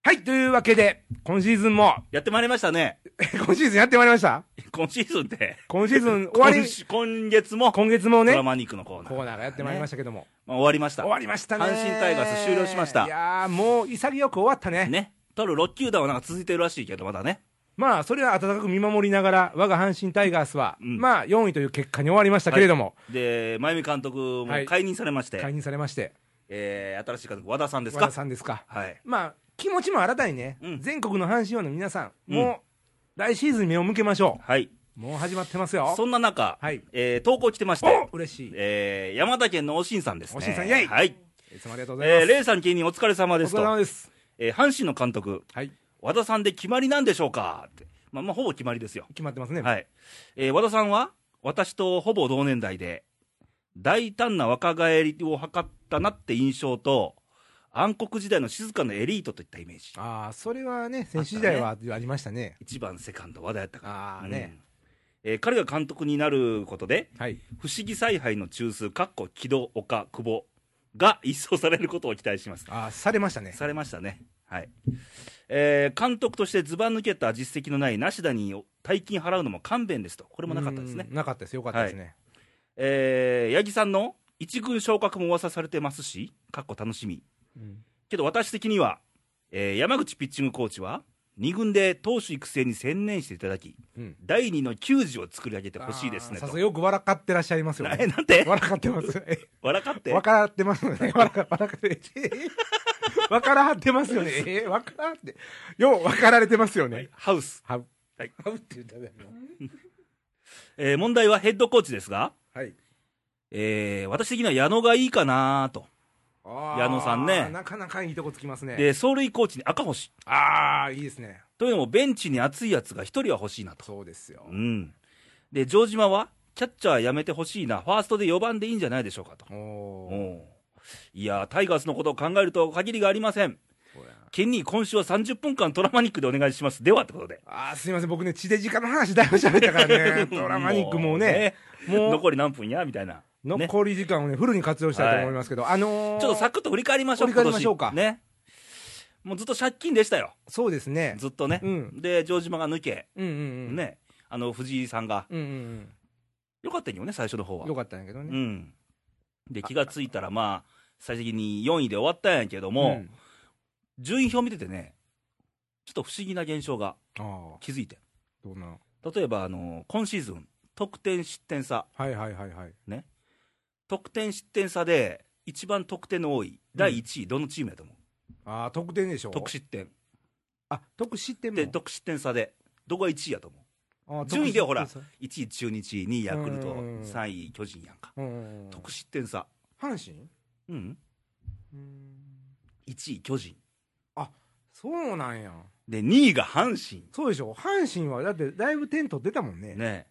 [SPEAKER 2] はいというわけで今シーズンも <laughs>
[SPEAKER 1] やってまいりましたね。
[SPEAKER 2] 今シーズンやってまいりました
[SPEAKER 1] 今シーズンで。
[SPEAKER 2] 今シーズン終わり
[SPEAKER 1] 今し今月も、
[SPEAKER 2] 今月もね
[SPEAKER 1] ドラマニックのコーナー。
[SPEAKER 2] コーナーがやってまいりましたけども、
[SPEAKER 1] まあ、終わりました。
[SPEAKER 2] 終わりましたね
[SPEAKER 1] 阪神タイガース終了しました
[SPEAKER 2] いやーもう潔く終わったね
[SPEAKER 1] ね。たる6球団はなんか続いてるらしいけど、まだね。
[SPEAKER 2] まあ、それは温かく見守りながら、我が阪神タイガースは、
[SPEAKER 1] うん
[SPEAKER 2] まあ、4位という結果に終わりましたけれども、
[SPEAKER 1] で、真由美監督も
[SPEAKER 2] はい
[SPEAKER 1] 解任されまして、
[SPEAKER 2] 解任されまして、
[SPEAKER 1] えー新しい監督、和田さんです
[SPEAKER 2] 和
[SPEAKER 1] か
[SPEAKER 2] 田。さんですか。
[SPEAKER 1] はい。
[SPEAKER 2] まあ、気持ちも新たにね、
[SPEAKER 1] うん
[SPEAKER 2] 全国の阪神ファンの皆さん、
[SPEAKER 1] うん
[SPEAKER 2] もう、来シーズンに目を向けましょ
[SPEAKER 1] はい。
[SPEAKER 2] う。もう始まってますよ。
[SPEAKER 1] そんな中、
[SPEAKER 2] はい
[SPEAKER 1] えー投稿来てまして、
[SPEAKER 2] お嬉しい。
[SPEAKER 1] えー山田県のおしんさんですね。
[SPEAKER 2] おしんさんイェイ
[SPEAKER 1] はい。
[SPEAKER 2] いつもありがとうございま
[SPEAKER 1] えー、
[SPEAKER 2] す。
[SPEAKER 1] レイさん、芸人お疲れ様です
[SPEAKER 2] お
[SPEAKER 1] と
[SPEAKER 2] 疲れ。様です。
[SPEAKER 1] えー阪神の監督、
[SPEAKER 2] はい。
[SPEAKER 1] 和田さんで決まりなんでしょうかって。まあ、まあ、ほぼ決まりですよ。
[SPEAKER 2] 決まってますね。
[SPEAKER 1] はい。えー和田さんは、私とほぼ同年代で、大胆な若返りを図ったなって印象と、暗黒時代の静かなエリートといったイメージ。
[SPEAKER 2] ああ、それはね、選手時代はありましたね。
[SPEAKER 1] 一番セカンド和田やったから。
[SPEAKER 2] ああね、
[SPEAKER 1] うんえー彼が監督になることで、
[SPEAKER 2] はい。
[SPEAKER 1] 不思議采配の中枢、かっこ木戸、岡、久保が一掃されることを期待します。
[SPEAKER 2] ああ、されましたね。
[SPEAKER 1] されましたね。はい。えー監督としてずば抜けた実績のない梨田に大金払うのも勘弁ですと。これもなかったですね
[SPEAKER 2] う。んなかったです。よかったですね。
[SPEAKER 1] えー八木さんの一軍昇格も噂されてますし、かっこ楽しみ。
[SPEAKER 2] うん
[SPEAKER 1] けど私的には、えー山口ピッチングコーチは、2軍で投手育成に専念していただき、
[SPEAKER 2] うん
[SPEAKER 1] 第2の球児を作り上げてほしいです
[SPEAKER 2] あ
[SPEAKER 1] ね
[SPEAKER 2] ーさ
[SPEAKER 1] と。
[SPEAKER 2] すがよく笑かってらっしゃいますよ
[SPEAKER 1] え、
[SPEAKER 2] ね。
[SPEAKER 1] なんて
[SPEAKER 2] 笑かってます。
[SPEAKER 1] 笑かって
[SPEAKER 2] わからってます
[SPEAKER 1] <laughs>
[SPEAKER 2] よね。わら、わらかって、えーわからはってますよね。えーわからって。よう、わかられてますよね。
[SPEAKER 1] ハウス。
[SPEAKER 2] はう。
[SPEAKER 1] はい
[SPEAKER 2] はうって言ったら
[SPEAKER 1] えー問題はヘッドコーチですが、
[SPEAKER 2] はい。
[SPEAKER 1] えー私的には矢野がいいかなと。
[SPEAKER 2] あー
[SPEAKER 1] 矢野さんね
[SPEAKER 2] なかなかいいとこつきますね。
[SPEAKER 1] で、走塁コーチに赤星。
[SPEAKER 2] ああ、いいですね。
[SPEAKER 1] というのも、ベンチに熱いやつが1人は欲しいなと。
[SPEAKER 2] そうですよ
[SPEAKER 1] う。ん。で、城島は、キャッチャーやめてほしいな、ファーストで4番でいいんじゃないでしょうかと。
[SPEAKER 2] お
[SPEAKER 1] お
[SPEAKER 2] お
[SPEAKER 1] ういやー、タイガースのことを考えると限りがありません。
[SPEAKER 2] ー。
[SPEAKER 1] ケニー、今週は30分間トラマニックでお願いします。では、ってことで。
[SPEAKER 2] ああ、すいません。僕ね、地デジカの話だいぶ喋っ
[SPEAKER 1] <laughs>
[SPEAKER 2] たからね。ドラマニックもうね、
[SPEAKER 1] もう
[SPEAKER 2] もう、
[SPEAKER 1] 残り何分やみたいな。ね
[SPEAKER 2] 残り時間をね、フルに活用したいと思いますけど、あのー、
[SPEAKER 1] ちょっとサクッと振り返りましょう、
[SPEAKER 2] 振り返りましょうか
[SPEAKER 1] 今年ね。もうずっと借金でしたよ。
[SPEAKER 2] そうですね。
[SPEAKER 1] ずっとね。
[SPEAKER 2] うん
[SPEAKER 1] で、城島が抜け、
[SPEAKER 2] うんうんうん。。
[SPEAKER 1] ね。あの、藤井さんが。
[SPEAKER 2] うんうん
[SPEAKER 1] よかったんよね、最初の方
[SPEAKER 2] う
[SPEAKER 1] は。
[SPEAKER 2] ん。よかったんやけど
[SPEAKER 1] う
[SPEAKER 2] ね。
[SPEAKER 1] ん。で、気がついたら、まあ、最終的に4位で終わったんやけど
[SPEAKER 2] う
[SPEAKER 1] も、
[SPEAKER 2] ん
[SPEAKER 1] 順位表見ててね、ちょっと不思議な現象が
[SPEAKER 2] ああ、
[SPEAKER 1] 気づいて。
[SPEAKER 2] どうな。
[SPEAKER 1] 例えば、あの、今シーズン、得点失点差。
[SPEAKER 2] はいはいはいはい。
[SPEAKER 1] 得点失点差で、一番得点の多い、第1位、どのチームやと思う、
[SPEAKER 2] ああ、得点でしょ。
[SPEAKER 1] 得失点。
[SPEAKER 2] あ、得失点
[SPEAKER 1] で、
[SPEAKER 2] も。
[SPEAKER 1] 得失点差で、どこが1位やと思
[SPEAKER 2] あー
[SPEAKER 1] 順位ではほら
[SPEAKER 2] 得失点差
[SPEAKER 1] う、1位中日、2位ヤクルト、
[SPEAKER 2] うん
[SPEAKER 1] 3位巨人やんか、
[SPEAKER 2] うん。
[SPEAKER 1] 得失点差、
[SPEAKER 2] 阪神
[SPEAKER 1] うん、
[SPEAKER 2] うん
[SPEAKER 1] 1位巨人、
[SPEAKER 2] そうなんや。
[SPEAKER 1] で、2位が阪神、
[SPEAKER 2] そうでしょ。阪神は、だって、だいぶ点取ってたもんね。
[SPEAKER 1] ね、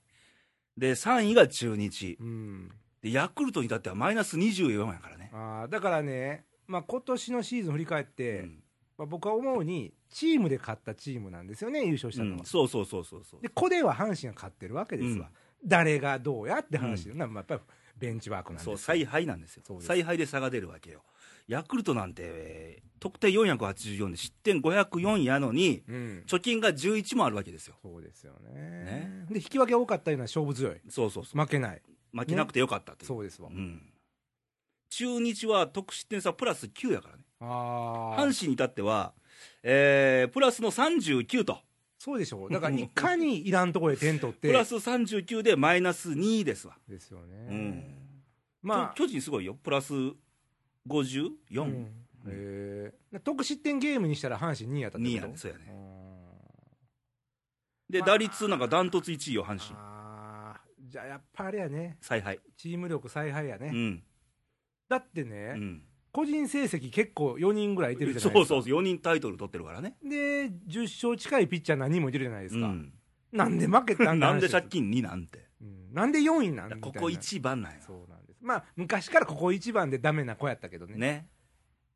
[SPEAKER 1] で、3位が中日、
[SPEAKER 2] うん。
[SPEAKER 1] で、ヤクルトに至ってはマイナス24やからね。
[SPEAKER 2] ああ、だからね、まあ、今年のシーズン振り返っ
[SPEAKER 1] う
[SPEAKER 2] て、
[SPEAKER 1] ん
[SPEAKER 2] まあ、僕は思うに、チームで勝ったチームなんですよね、優勝したのは。
[SPEAKER 1] うんそうそうそうそうそう
[SPEAKER 2] で、こでは阪神が勝ってるわけですわ。誰がどうやって話で、なまあ、やっぱりベンチワークなんです
[SPEAKER 1] そ
[SPEAKER 2] よ
[SPEAKER 1] う采配なんですよ
[SPEAKER 2] そうです
[SPEAKER 1] 采配で差が出るわけよヤクルトなんて、えー得点484で失点504やのに
[SPEAKER 2] うん。
[SPEAKER 1] 貯金が11もあるわけですよ
[SPEAKER 2] そうですよね。で、引き分け多かったような勝負強い。
[SPEAKER 1] そうそうそう
[SPEAKER 2] 負けない。
[SPEAKER 1] 負けなくてよかったという,、
[SPEAKER 2] そうですわ。
[SPEAKER 1] ん、中日は得失点差プラス9やからね
[SPEAKER 2] ああ。
[SPEAKER 1] 阪神に至っては、えープラスの39と
[SPEAKER 2] そうでしょ。だから、いかにいらんところで点取って。
[SPEAKER 1] プラス39でマイナス2ですわ、
[SPEAKER 2] ですよね。
[SPEAKER 1] うん
[SPEAKER 2] まあ、
[SPEAKER 1] 巨巨人すごいよプラス54、
[SPEAKER 2] うんへえ得失点ゲームにしたら阪神2位やったって
[SPEAKER 1] 2
[SPEAKER 2] こ
[SPEAKER 1] や
[SPEAKER 2] と
[SPEAKER 1] ねそうやね
[SPEAKER 2] うん
[SPEAKER 1] で
[SPEAKER 2] まあ
[SPEAKER 1] 打率なんかダントツ1位よ阪神
[SPEAKER 2] あーじゃあやっぱあれやね、
[SPEAKER 1] 采配
[SPEAKER 2] チーム力采配やね、
[SPEAKER 1] うん
[SPEAKER 2] だって
[SPEAKER 1] う
[SPEAKER 2] ね、
[SPEAKER 1] ん
[SPEAKER 2] 個人成績結構4人ぐらいいてるじゃ
[SPEAKER 1] そ
[SPEAKER 2] ないで
[SPEAKER 1] う
[SPEAKER 2] すか、
[SPEAKER 1] そうそう、4人タイトル取ってるからね。
[SPEAKER 2] で10勝近いピッチャー何人もいてるじゃないですか、
[SPEAKER 1] うん
[SPEAKER 2] なんで負けたんだ
[SPEAKER 1] <laughs> なんで借、金2なんて。
[SPEAKER 2] うんなんで4位なんみたいな
[SPEAKER 1] ここ一番なんや。
[SPEAKER 2] そうなんです、まあ、昔からここ一番でダメな子やったけどね、
[SPEAKER 1] ね。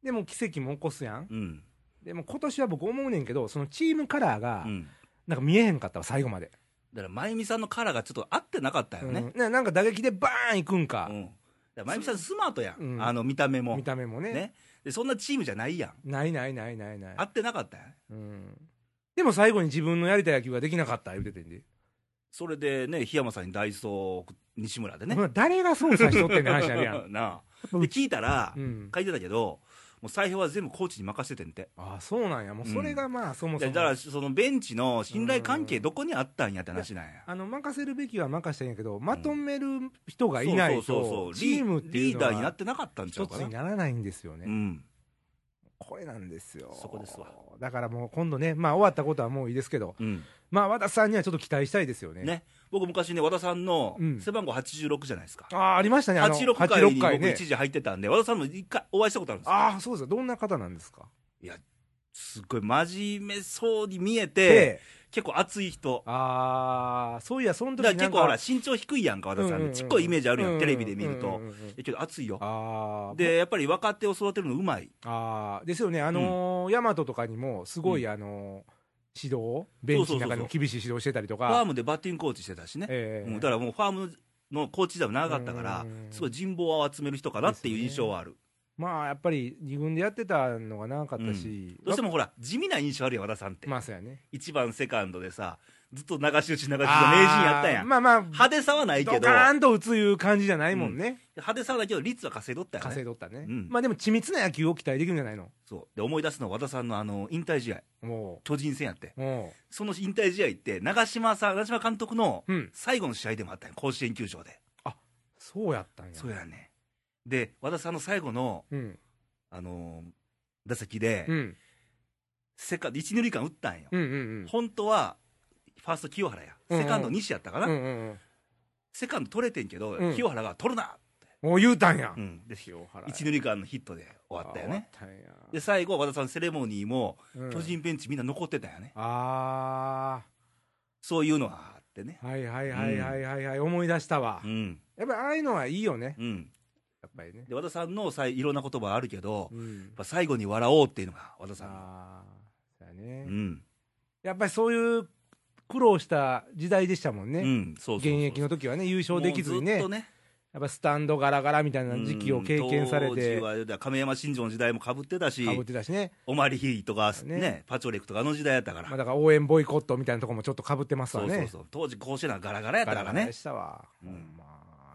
[SPEAKER 2] でも奇跡も起こすやん、
[SPEAKER 1] うん。
[SPEAKER 2] でも今年は僕、思うねんけど、そのチームカラーが
[SPEAKER 1] う、ん。
[SPEAKER 2] なんか見えへんかったわ、最後まで。
[SPEAKER 1] だから、まゆみさんのカラーがちょっと合ってなかったよ
[SPEAKER 2] うん
[SPEAKER 1] ね。
[SPEAKER 2] ななんか打撃でバーンいくん
[SPEAKER 1] う
[SPEAKER 2] か、
[SPEAKER 1] ん。だからまゆみさんスマートや
[SPEAKER 2] うん
[SPEAKER 1] ん。あの、見た目も
[SPEAKER 2] 見。た目もね
[SPEAKER 1] ね。で、そんなチームじゃないやん。
[SPEAKER 2] ないないないないない
[SPEAKER 1] 合、ってなかったやん。
[SPEAKER 2] うん、でも最後に自分のやりたい野球ができなかった言うててんで、
[SPEAKER 1] それでね、檜山さんにダイソー、西村でね
[SPEAKER 2] ほ。ら誰が操作しとってんねん話あるや
[SPEAKER 1] <laughs>
[SPEAKER 2] ん、
[SPEAKER 1] なあ。で、聞いたら
[SPEAKER 2] う、ん、
[SPEAKER 1] 書いてたけど、もう財布は全部コーチに任せてんて。
[SPEAKER 2] ああそうなんやもうそれがまあ、そもそ
[SPEAKER 1] で
[SPEAKER 2] も
[SPEAKER 1] だから、そのベンチの信頼関係どこにあったんやって話なんや。
[SPEAKER 2] あの任せるべきは任せたんやけどまとめる人がいないとチームってい
[SPEAKER 1] リ
[SPEAKER 2] う
[SPEAKER 1] ー
[SPEAKER 2] の
[SPEAKER 1] ダーにな
[SPEAKER 2] は
[SPEAKER 1] ってなかったんちゃ
[SPEAKER 2] 一
[SPEAKER 1] う
[SPEAKER 2] つ
[SPEAKER 1] かな
[SPEAKER 2] にならないんですよね、
[SPEAKER 1] うん
[SPEAKER 2] これなんですよ
[SPEAKER 1] そこですわ
[SPEAKER 2] だからもう今度ねまあ終わったことはもういいですけど
[SPEAKER 1] うん
[SPEAKER 2] まあ和田さんにはちょっと期待したいですよね
[SPEAKER 1] ね僕昔ね和田さんの
[SPEAKER 2] うん
[SPEAKER 1] 背番号86じゃないですか、
[SPEAKER 2] ああありましたねあの
[SPEAKER 1] 86回に
[SPEAKER 2] 86
[SPEAKER 1] 僕
[SPEAKER 2] 回ね
[SPEAKER 1] 一時入ってたんで和田さんも一回お会いしたことあるんですよ
[SPEAKER 2] ああそうですよどんな方なんですか
[SPEAKER 1] すっごい真面目そうに見え
[SPEAKER 2] え
[SPEAKER 1] て結構熱い人
[SPEAKER 2] ああそういやその
[SPEAKER 1] だか
[SPEAKER 2] 時な
[SPEAKER 1] ら
[SPEAKER 2] んか
[SPEAKER 1] 結構ほら身長低いやんか和田さんってちっこいイメージあるやんテレビで見る
[SPEAKER 2] うんう
[SPEAKER 1] と
[SPEAKER 2] んうんうん
[SPEAKER 1] えけど熱いよ
[SPEAKER 2] ああで
[SPEAKER 1] でやっぱり若手を育てるのうまい
[SPEAKER 2] ああですよねあのー大和とかにもすごい、あのー指導ベンチの中でも
[SPEAKER 1] そ
[SPEAKER 2] 厳しい指導してたりと
[SPEAKER 1] ファー
[SPEAKER 2] か
[SPEAKER 1] ムでバッティングコーチしてたしね、
[SPEAKER 2] ええ
[SPEAKER 1] うんだからもうファームのコーチ時代も長かったから
[SPEAKER 2] うん
[SPEAKER 1] すごい人望を集める人かなっていう印象はある
[SPEAKER 2] まあやっぱり二軍でやってたのが長かったし、
[SPEAKER 1] どうしてもほら、地味な印象あるよ、和田さんって。
[SPEAKER 2] まあそうやね
[SPEAKER 1] 一番セカンドでさ、ずっと流し打ち流しの名人やったや
[SPEAKER 2] あー
[SPEAKER 1] ん。
[SPEAKER 2] まあまあ
[SPEAKER 1] 派手さはないけ
[SPEAKER 2] ド
[SPEAKER 1] ど、
[SPEAKER 2] カー
[SPEAKER 1] 派
[SPEAKER 2] ンと打ついう感じじゃないもんね、
[SPEAKER 1] 手さはないけど、率は稼いどったよ
[SPEAKER 2] 稼い
[SPEAKER 1] ね。
[SPEAKER 2] どったね、
[SPEAKER 1] うん
[SPEAKER 2] まあでも緻密な野球を期待できるんじゃないの
[SPEAKER 1] そう。で、思い出すのは和田さんのあの、引退試合、
[SPEAKER 2] も
[SPEAKER 1] 巨人戦やって。
[SPEAKER 2] うも
[SPEAKER 1] その引退試合って、長嶋さん、長嶋監督の
[SPEAKER 2] ううん
[SPEAKER 1] 最後の試合でもあったよ、甲子園球場で。
[SPEAKER 2] そうやったんや
[SPEAKER 1] そうやね。で、和田さんの最後の、
[SPEAKER 2] うん
[SPEAKER 1] あのー打席で、
[SPEAKER 2] うん
[SPEAKER 1] セカンド、一、二塁間打ったんよ。
[SPEAKER 2] うんうん
[SPEAKER 1] 本当は、ファースト清原や。セカンド西やったか
[SPEAKER 2] う
[SPEAKER 1] な。
[SPEAKER 2] んうんうん
[SPEAKER 1] セカンド取れてんけど、
[SPEAKER 2] うん
[SPEAKER 1] 清原が取るな、
[SPEAKER 2] うんもう言うたんや、
[SPEAKER 1] うん、で
[SPEAKER 2] 清原
[SPEAKER 1] 一二塁間のヒットで終わったよね
[SPEAKER 2] あ終わったんや
[SPEAKER 1] で最後和田さんのセレモニーも、
[SPEAKER 2] うん
[SPEAKER 1] 巨人ベンチみんな残ってたよね
[SPEAKER 2] あ
[SPEAKER 1] そういうのがあってね
[SPEAKER 2] あはいはいはいはいはいはい、思い出したわ、
[SPEAKER 1] うん
[SPEAKER 2] やっぱりああいうのはいいよね
[SPEAKER 1] うん
[SPEAKER 2] やっぱりね、
[SPEAKER 1] で和田さんのさいいろんな言葉あるけど、
[SPEAKER 2] う
[SPEAKER 1] や
[SPEAKER 2] ん
[SPEAKER 1] っ、ぱ最後に笑おうっていうのが和田さんの
[SPEAKER 2] ああだね、
[SPEAKER 1] うん、
[SPEAKER 2] やっぱりそういう苦労した時代でしたもん
[SPEAKER 1] う
[SPEAKER 2] ね、
[SPEAKER 1] ん、そうそうそう
[SPEAKER 2] 現役の時はね優勝できずにね
[SPEAKER 1] もうずっとね
[SPEAKER 2] やっぱスタンドガラガラみたいな時期を経験され
[SPEAKER 1] う
[SPEAKER 2] て
[SPEAKER 1] ん当時はだ亀山新庄の時代もかぶってたし
[SPEAKER 2] かぶってたしね、
[SPEAKER 1] オマリヒとか、
[SPEAKER 2] ね
[SPEAKER 1] ねパチョレクとかあの時代やったから、
[SPEAKER 2] まあ、だから応援ボイコットみたいなとこもちょっとかぶってます
[SPEAKER 1] そ
[SPEAKER 2] わ
[SPEAKER 1] う
[SPEAKER 2] ね
[SPEAKER 1] そうそう当時甲子園はガラガラやったからね
[SPEAKER 2] でしたわ、
[SPEAKER 1] うん
[SPEAKER 2] ほんま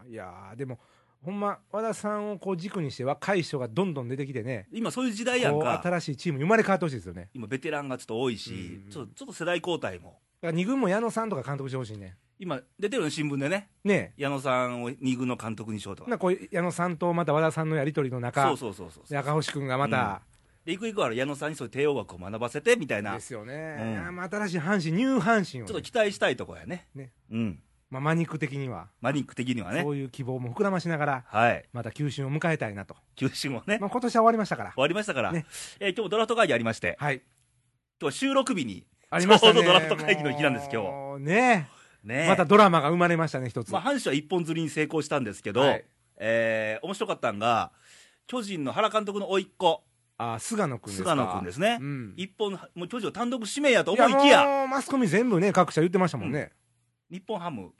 [SPEAKER 2] いやーでもほんま和田さんをこう軸にして若い人がどんどん出てきてね
[SPEAKER 1] 今そういう時代やん
[SPEAKER 2] こう
[SPEAKER 1] か
[SPEAKER 2] 新しいチームに生まれ変わってほしいですよね
[SPEAKER 1] 今ベテランがちょっと多いし、
[SPEAKER 2] うん
[SPEAKER 1] ちょっとちょっと世代交代も
[SPEAKER 2] だから二軍も矢野さんとか監督してほしいね
[SPEAKER 1] い今、出てるの新聞でね、
[SPEAKER 2] ね
[SPEAKER 1] 矢野さんを2軍の監督にしようと
[SPEAKER 2] え、な
[SPEAKER 1] か
[SPEAKER 2] んか、こう矢野さんとまた和田さんのやり取りの中、
[SPEAKER 1] そうそうそうそう、
[SPEAKER 2] で赤星君がまた、
[SPEAKER 1] で、いくいくは矢野さんにそういう帝王学を学ばせてみたいな、
[SPEAKER 2] で
[SPEAKER 1] ち
[SPEAKER 2] すよね、
[SPEAKER 1] うん
[SPEAKER 2] いやまあ新しい阪神、ニュー阪神を
[SPEAKER 1] ょ
[SPEAKER 2] ね、
[SPEAKER 1] っと期待したいとこやね、
[SPEAKER 2] ね
[SPEAKER 1] うん、
[SPEAKER 2] まあ、マニック的には、
[SPEAKER 1] マニック的にはね
[SPEAKER 2] そ、ういう希望も膨らましながら、
[SPEAKER 1] はい、
[SPEAKER 2] また球春を迎えたいなと、
[SPEAKER 1] 休止も <laughs> ね、終
[SPEAKER 2] まあ今年は終わりましたから、
[SPEAKER 1] わりましたから、
[SPEAKER 2] ね
[SPEAKER 1] えー今日もドラフト会議ありまして、
[SPEAKER 2] はい、
[SPEAKER 1] 今日収録日に、
[SPEAKER 2] ありましたね、
[SPEAKER 1] ちょうどドラフト会議の日なんです今日
[SPEAKER 2] もうね
[SPEAKER 1] ね、
[SPEAKER 2] またドラマが生まれましたね、一つ。
[SPEAKER 1] まあ、阪神は一本釣りに成功したんですけど、
[SPEAKER 2] はい
[SPEAKER 1] えー面白かったんが、巨人の原監督の甥っ子、
[SPEAKER 2] あ菅野君ですか
[SPEAKER 1] 菅野君ですね、
[SPEAKER 2] うん
[SPEAKER 1] 一本、もう巨人を単独指名やと思いきや、
[SPEAKER 2] もうマスコミ全部ね、各社言ってましたもんね。
[SPEAKER 1] 日本ハム、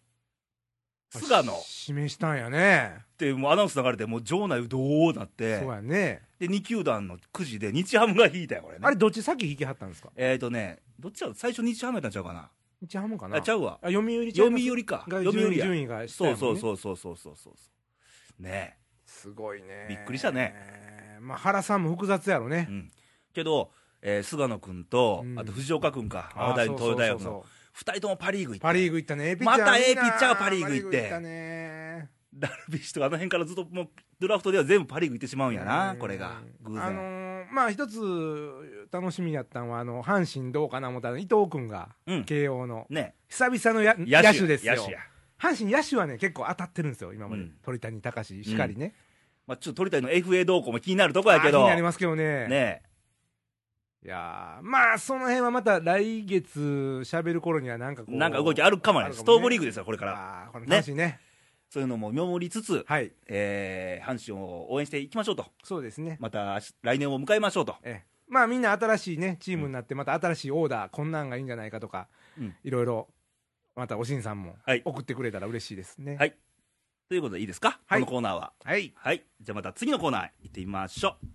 [SPEAKER 1] 菅野っ
[SPEAKER 2] 示したんやね。
[SPEAKER 1] てもうアナウンス流れて、もう場内、どうなって
[SPEAKER 2] そう、やね。
[SPEAKER 1] で2球団のくじで、日ハムが引いたよ、これね。
[SPEAKER 2] あれ、どっち先引きはったんですか
[SPEAKER 1] えーとね、どっちだろう最初、日ハムやったんちゃうかな、
[SPEAKER 2] 日ハムかな
[SPEAKER 1] あちゃうわ、
[SPEAKER 2] あ読売ちゃい
[SPEAKER 1] 読
[SPEAKER 2] ます
[SPEAKER 1] 売か、
[SPEAKER 2] が
[SPEAKER 1] 読売や、
[SPEAKER 2] 順位が
[SPEAKER 1] そうそう
[SPEAKER 2] う。
[SPEAKER 1] そうそうそうそうそう、ね
[SPEAKER 2] すごいね。
[SPEAKER 1] びっくりしたね。
[SPEAKER 2] まあ、原さんも複雑やろね
[SPEAKER 1] え、う。ん、けど、えー菅野君と、
[SPEAKER 2] うん
[SPEAKER 1] あと藤岡君か、
[SPEAKER 2] あ
[SPEAKER 1] 青大の東洋大学
[SPEAKER 2] そうそう
[SPEAKER 1] の
[SPEAKER 2] そうそ
[SPEAKER 1] 2人ともパ・リーグ行っ
[SPEAKER 2] う
[SPEAKER 1] て、
[SPEAKER 2] パ・リーグ行ったね。ええピ
[SPEAKER 1] またええ
[SPEAKER 2] いいな
[SPEAKER 1] ピッチャーがパリーグ行って
[SPEAKER 2] パリたね
[SPEAKER 1] ダルビッシュとかあの辺からずっともうドラフトでは全部パ・リーグ行ってしまうんやな、
[SPEAKER 2] うん
[SPEAKER 1] これが、偶
[SPEAKER 2] あの
[SPEAKER 1] 然。
[SPEAKER 2] ーまあ一つ楽しみやったのはあの阪神どうかな思ったら伊藤君が
[SPEAKER 1] うん
[SPEAKER 2] 慶応の、
[SPEAKER 1] ね
[SPEAKER 2] 久々のや
[SPEAKER 1] 野手
[SPEAKER 2] 野手ですよ
[SPEAKER 1] 野手や
[SPEAKER 2] 阪神野手はね結構当たってるんですよ今まで、
[SPEAKER 1] うん
[SPEAKER 2] 鳥谷隆しかりね、
[SPEAKER 1] まあ、ちょっと鳥谷の FA 動向も気になるとこやけ
[SPEAKER 2] あー気
[SPEAKER 1] ど、
[SPEAKER 2] になりますけどね
[SPEAKER 1] ね
[SPEAKER 2] いやーまあその辺はまた来月喋る頃にはなんかこう
[SPEAKER 1] なんか動きあるかもね、ストーブリーグですよ、これから。
[SPEAKER 2] あーこれ楽しいね
[SPEAKER 1] そういうのも見守りつつ、
[SPEAKER 2] はい
[SPEAKER 1] えー阪神を応援していきましょうと、
[SPEAKER 2] そうですね
[SPEAKER 1] また来年を迎えましょうと、
[SPEAKER 2] ええまあみんな新しいねチームになってまた新しいオーダーこんなんがいいんじゃないかとか、
[SPEAKER 1] うん
[SPEAKER 2] いろいろまたおしんさんも
[SPEAKER 1] はい
[SPEAKER 2] 送ってくれたら嬉しいですね
[SPEAKER 1] はいということでいいですか、
[SPEAKER 2] はい
[SPEAKER 1] このコーナーは。
[SPEAKER 2] はい
[SPEAKER 1] はい、じゃあまた次のコーナー行ってみましょう。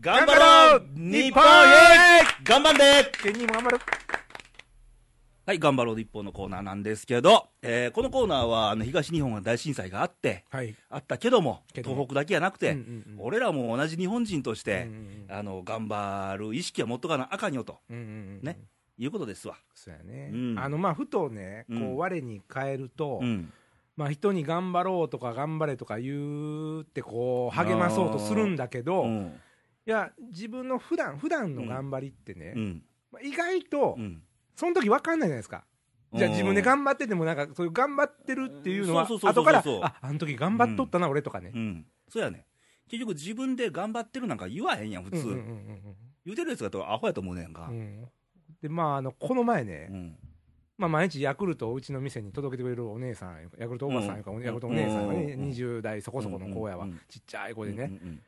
[SPEAKER 2] 張
[SPEAKER 1] 頑
[SPEAKER 2] ろう
[SPEAKER 1] 日
[SPEAKER 2] 日
[SPEAKER 1] 本
[SPEAKER 2] 本
[SPEAKER 1] へ
[SPEAKER 2] へ
[SPEAKER 1] 頑張んで
[SPEAKER 2] 芸人も頑張る
[SPEAKER 1] はい、頑張ろう日本のコーナーなんですけど、えーこのコーナーはあの東日本が大震災があって、
[SPEAKER 2] はい
[SPEAKER 1] あったけども、
[SPEAKER 2] けども
[SPEAKER 1] 東北だけじゃなくて、
[SPEAKER 2] うんうんうん
[SPEAKER 1] 俺らも同じ日本人として、
[SPEAKER 2] うんうんうん
[SPEAKER 1] あの頑張る意識は持っとかなあかんよと
[SPEAKER 2] うんうんうん
[SPEAKER 1] ねいうことですわ。
[SPEAKER 2] そうやね、
[SPEAKER 1] うん
[SPEAKER 2] あのまあふとねこ
[SPEAKER 1] うん
[SPEAKER 2] う我に返ると、
[SPEAKER 1] うん、
[SPEAKER 2] まあ、人に頑張ろうとか頑張れとか言うってこう励まそうとするんだけど、
[SPEAKER 1] う
[SPEAKER 2] い
[SPEAKER 1] ん、
[SPEAKER 2] や自分の普段普段の頑張りってね、
[SPEAKER 1] うん、
[SPEAKER 2] まあ、意外と
[SPEAKER 1] うん。
[SPEAKER 2] その時分かんないじゃないですか。じゃあ自分で頑張っててもなんかそういう頑張ってるっていうのは
[SPEAKER 1] そうそうそうそう
[SPEAKER 2] 後から
[SPEAKER 1] そう
[SPEAKER 2] ああの時頑張っとったな俺とかね
[SPEAKER 1] うん、そうやね。結局自分で頑張ってるなんか言わへんやん、普
[SPEAKER 2] うん
[SPEAKER 1] 通。
[SPEAKER 2] うんうん
[SPEAKER 1] 言うてるやつがとアホやと思うねん
[SPEAKER 2] う
[SPEAKER 1] か
[SPEAKER 2] んう。んでまああのこの前ね
[SPEAKER 1] う、ん。
[SPEAKER 2] まあ、毎日ヤクルトをうちの店に届けてくれるお姉さんヤクルトおばさんやか、
[SPEAKER 1] うん
[SPEAKER 2] ヤクルトお姉さんがね、
[SPEAKER 1] うん
[SPEAKER 2] 20代そこそこの子やわ、
[SPEAKER 1] うんうんうん
[SPEAKER 2] ちっちゃい子でね、
[SPEAKER 1] うん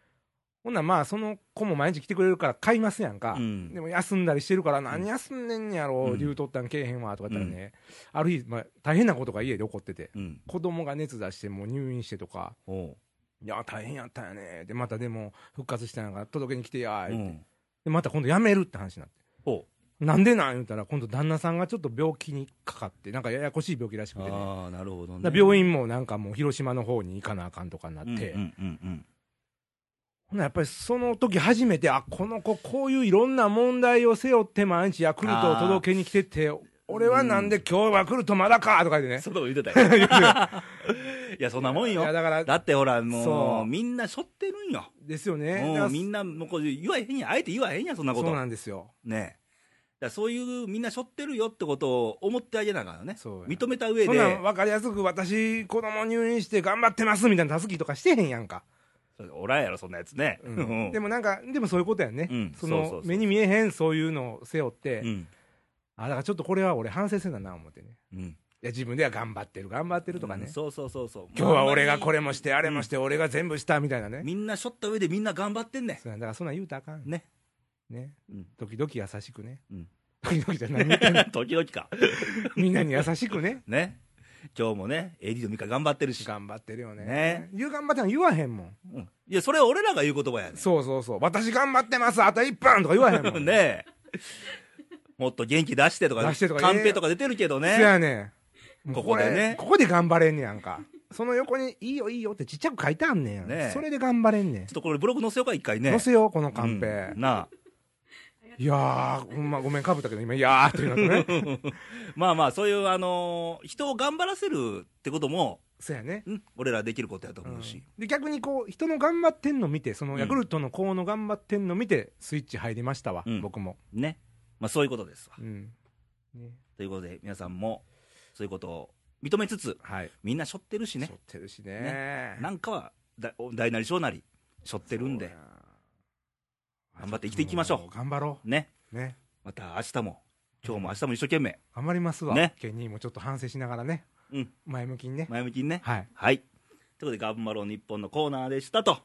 [SPEAKER 2] ほんならまあその子も毎日来てくれるから買いますやんか、
[SPEAKER 1] うん
[SPEAKER 2] でも休んだりしてるから何休んでんやろ、う理由取ったんけえへんわとか言ったらね、ある日、まあ、大変なことが家で起こってて
[SPEAKER 1] うんうん。
[SPEAKER 2] 子供が熱出してもう入院してとか
[SPEAKER 1] おう
[SPEAKER 2] いや大変やったんやねでまたでも復活したんやから届けに来てや
[SPEAKER 1] う
[SPEAKER 2] ー、
[SPEAKER 1] ん。
[SPEAKER 2] でまた今度辞めるって話になって
[SPEAKER 1] おう
[SPEAKER 2] なんでなん言うたら今度旦那さんがちょっと病気にかかってなんかややこしい病気らしくてね
[SPEAKER 1] ああ、なるほど
[SPEAKER 2] だか
[SPEAKER 1] ね。
[SPEAKER 2] ら病院もなんかもう広島の方に行かなあかんとかになって、
[SPEAKER 1] うんうんうん
[SPEAKER 2] ほなやっぱりその時初めて、あこの子、こういういろんな問題を背負って、毎日ヤクルトを届けに来てて、俺はなんで今日ヤクルトまだか <laughs> とか言って
[SPEAKER 1] うん。
[SPEAKER 2] ね、
[SPEAKER 1] そんなこと言ってたよ。 <laughs> いや、そんなもん
[SPEAKER 2] い
[SPEAKER 1] よ
[SPEAKER 2] や。だから、
[SPEAKER 1] だってほら、も、
[SPEAKER 2] そうう
[SPEAKER 1] みんなしょってるんよ。
[SPEAKER 2] ですよね、だか
[SPEAKER 1] も
[SPEAKER 2] ら
[SPEAKER 1] う、みんな、もうこう言わへんやん。あえて言わへんやん、そんなこ
[SPEAKER 2] そう
[SPEAKER 1] と。
[SPEAKER 2] な
[SPEAKER 1] ね
[SPEAKER 2] んですよ、
[SPEAKER 1] え。だからそういう、みんなしょってるよってことを思ってあげながらね。
[SPEAKER 2] そうや
[SPEAKER 1] 認めた上
[SPEAKER 2] そんな
[SPEAKER 1] で、
[SPEAKER 2] ん分かりやすく、私、子供入院して頑張ってますみたいな、たすきとかしてへんやんか、
[SPEAKER 1] そうおらんやろ、そんなやつね。
[SPEAKER 2] う
[SPEAKER 1] うん
[SPEAKER 2] ん、でもなんか、でもそういうことやね、
[SPEAKER 1] うんそ
[SPEAKER 2] そ
[SPEAKER 1] うそう
[SPEAKER 2] の
[SPEAKER 1] そう
[SPEAKER 2] 目に見えへんそういうのを背負って、
[SPEAKER 1] うん。
[SPEAKER 2] あだからちょっとこれは俺、反省せんだな思ってね、
[SPEAKER 1] うん。
[SPEAKER 2] いや自分では頑張ってる、頑張ってるとかね。
[SPEAKER 1] うんそうそうそうそう。
[SPEAKER 2] 今日は俺がこれもして、あれもして、俺が全部したみたいなね。
[SPEAKER 1] みんなしょった上でみんな頑張ってんね
[SPEAKER 2] そうやだからそんなん言うたらあかん
[SPEAKER 1] ん。ね。
[SPEAKER 2] ね
[SPEAKER 1] うん
[SPEAKER 2] 時々優しくね、
[SPEAKER 1] うん
[SPEAKER 2] 時々じゃないみたいな
[SPEAKER 1] <laughs> 時々か。
[SPEAKER 2] みんなに優しくね
[SPEAKER 1] ね。今日もね、AD のミカ頑張ってるし。
[SPEAKER 2] 頑張ってるよね
[SPEAKER 1] ね
[SPEAKER 2] 言う頑張ってんの言わへんもん
[SPEAKER 1] うんいや、それは俺らが言う言葉やね
[SPEAKER 2] そうそうそう私頑張ってますあと1分とか言わへんも
[SPEAKER 1] ん。<laughs>
[SPEAKER 2] ん
[SPEAKER 1] ねえ。もっと元気出してとか、
[SPEAKER 2] 出してとか
[SPEAKER 1] カンペとか出てるけど
[SPEAKER 2] そや
[SPEAKER 1] ね。
[SPEAKER 2] ねん
[SPEAKER 1] ここでね
[SPEAKER 2] ここで頑張れんねやんかその横に「いいよいいよ」ってちっちゃく書いてあんねん
[SPEAKER 1] ねえ
[SPEAKER 2] それで頑張れんねん
[SPEAKER 1] ちょっとこれブログ載せようか、一回ね。
[SPEAKER 2] 載せようこのカンペ、
[SPEAKER 1] うんなあ。 <laughs>
[SPEAKER 3] ありが
[SPEAKER 2] いやー、ほんま、ごめん、かぶったけど、今、いやーっていう
[SPEAKER 1] <laughs>
[SPEAKER 2] のとね。
[SPEAKER 1] まあまあ、そういう、あのー人を頑張らせるってことも、
[SPEAKER 2] そうやね。
[SPEAKER 1] うん俺らできることやと
[SPEAKER 2] う
[SPEAKER 1] 思
[SPEAKER 2] ん
[SPEAKER 1] うし。、
[SPEAKER 2] で逆にこう人の頑張ってんの見てその
[SPEAKER 1] うん
[SPEAKER 2] ヤクルトのこうの頑張ってんの見てスイッチ入りましたわ、
[SPEAKER 1] うん
[SPEAKER 2] 僕も、
[SPEAKER 1] ね。まあ、そういうことですわ。
[SPEAKER 2] うんね、
[SPEAKER 1] ということで、皆さんも、そういうことを認めつつ、
[SPEAKER 2] はい
[SPEAKER 1] みんなしょってるしね
[SPEAKER 2] しょ。ってるしね
[SPEAKER 1] なんかは、だ大なり小なり、しょってるん
[SPEAKER 2] そう
[SPEAKER 1] で
[SPEAKER 2] や、
[SPEAKER 1] 頑張って生きていきましょう
[SPEAKER 2] も頑張ろ
[SPEAKER 1] ね。
[SPEAKER 2] うね
[SPEAKER 1] また明日も、今日も明日も一生懸命、
[SPEAKER 2] 頑張りますわ、
[SPEAKER 1] ね
[SPEAKER 2] ケニーもちょっと反省しながらね、
[SPEAKER 1] うん
[SPEAKER 2] 前向きにね、
[SPEAKER 1] 前向きにね。
[SPEAKER 2] はい
[SPEAKER 1] はい。ということで、頑張ろう日本のコーナーでしたと。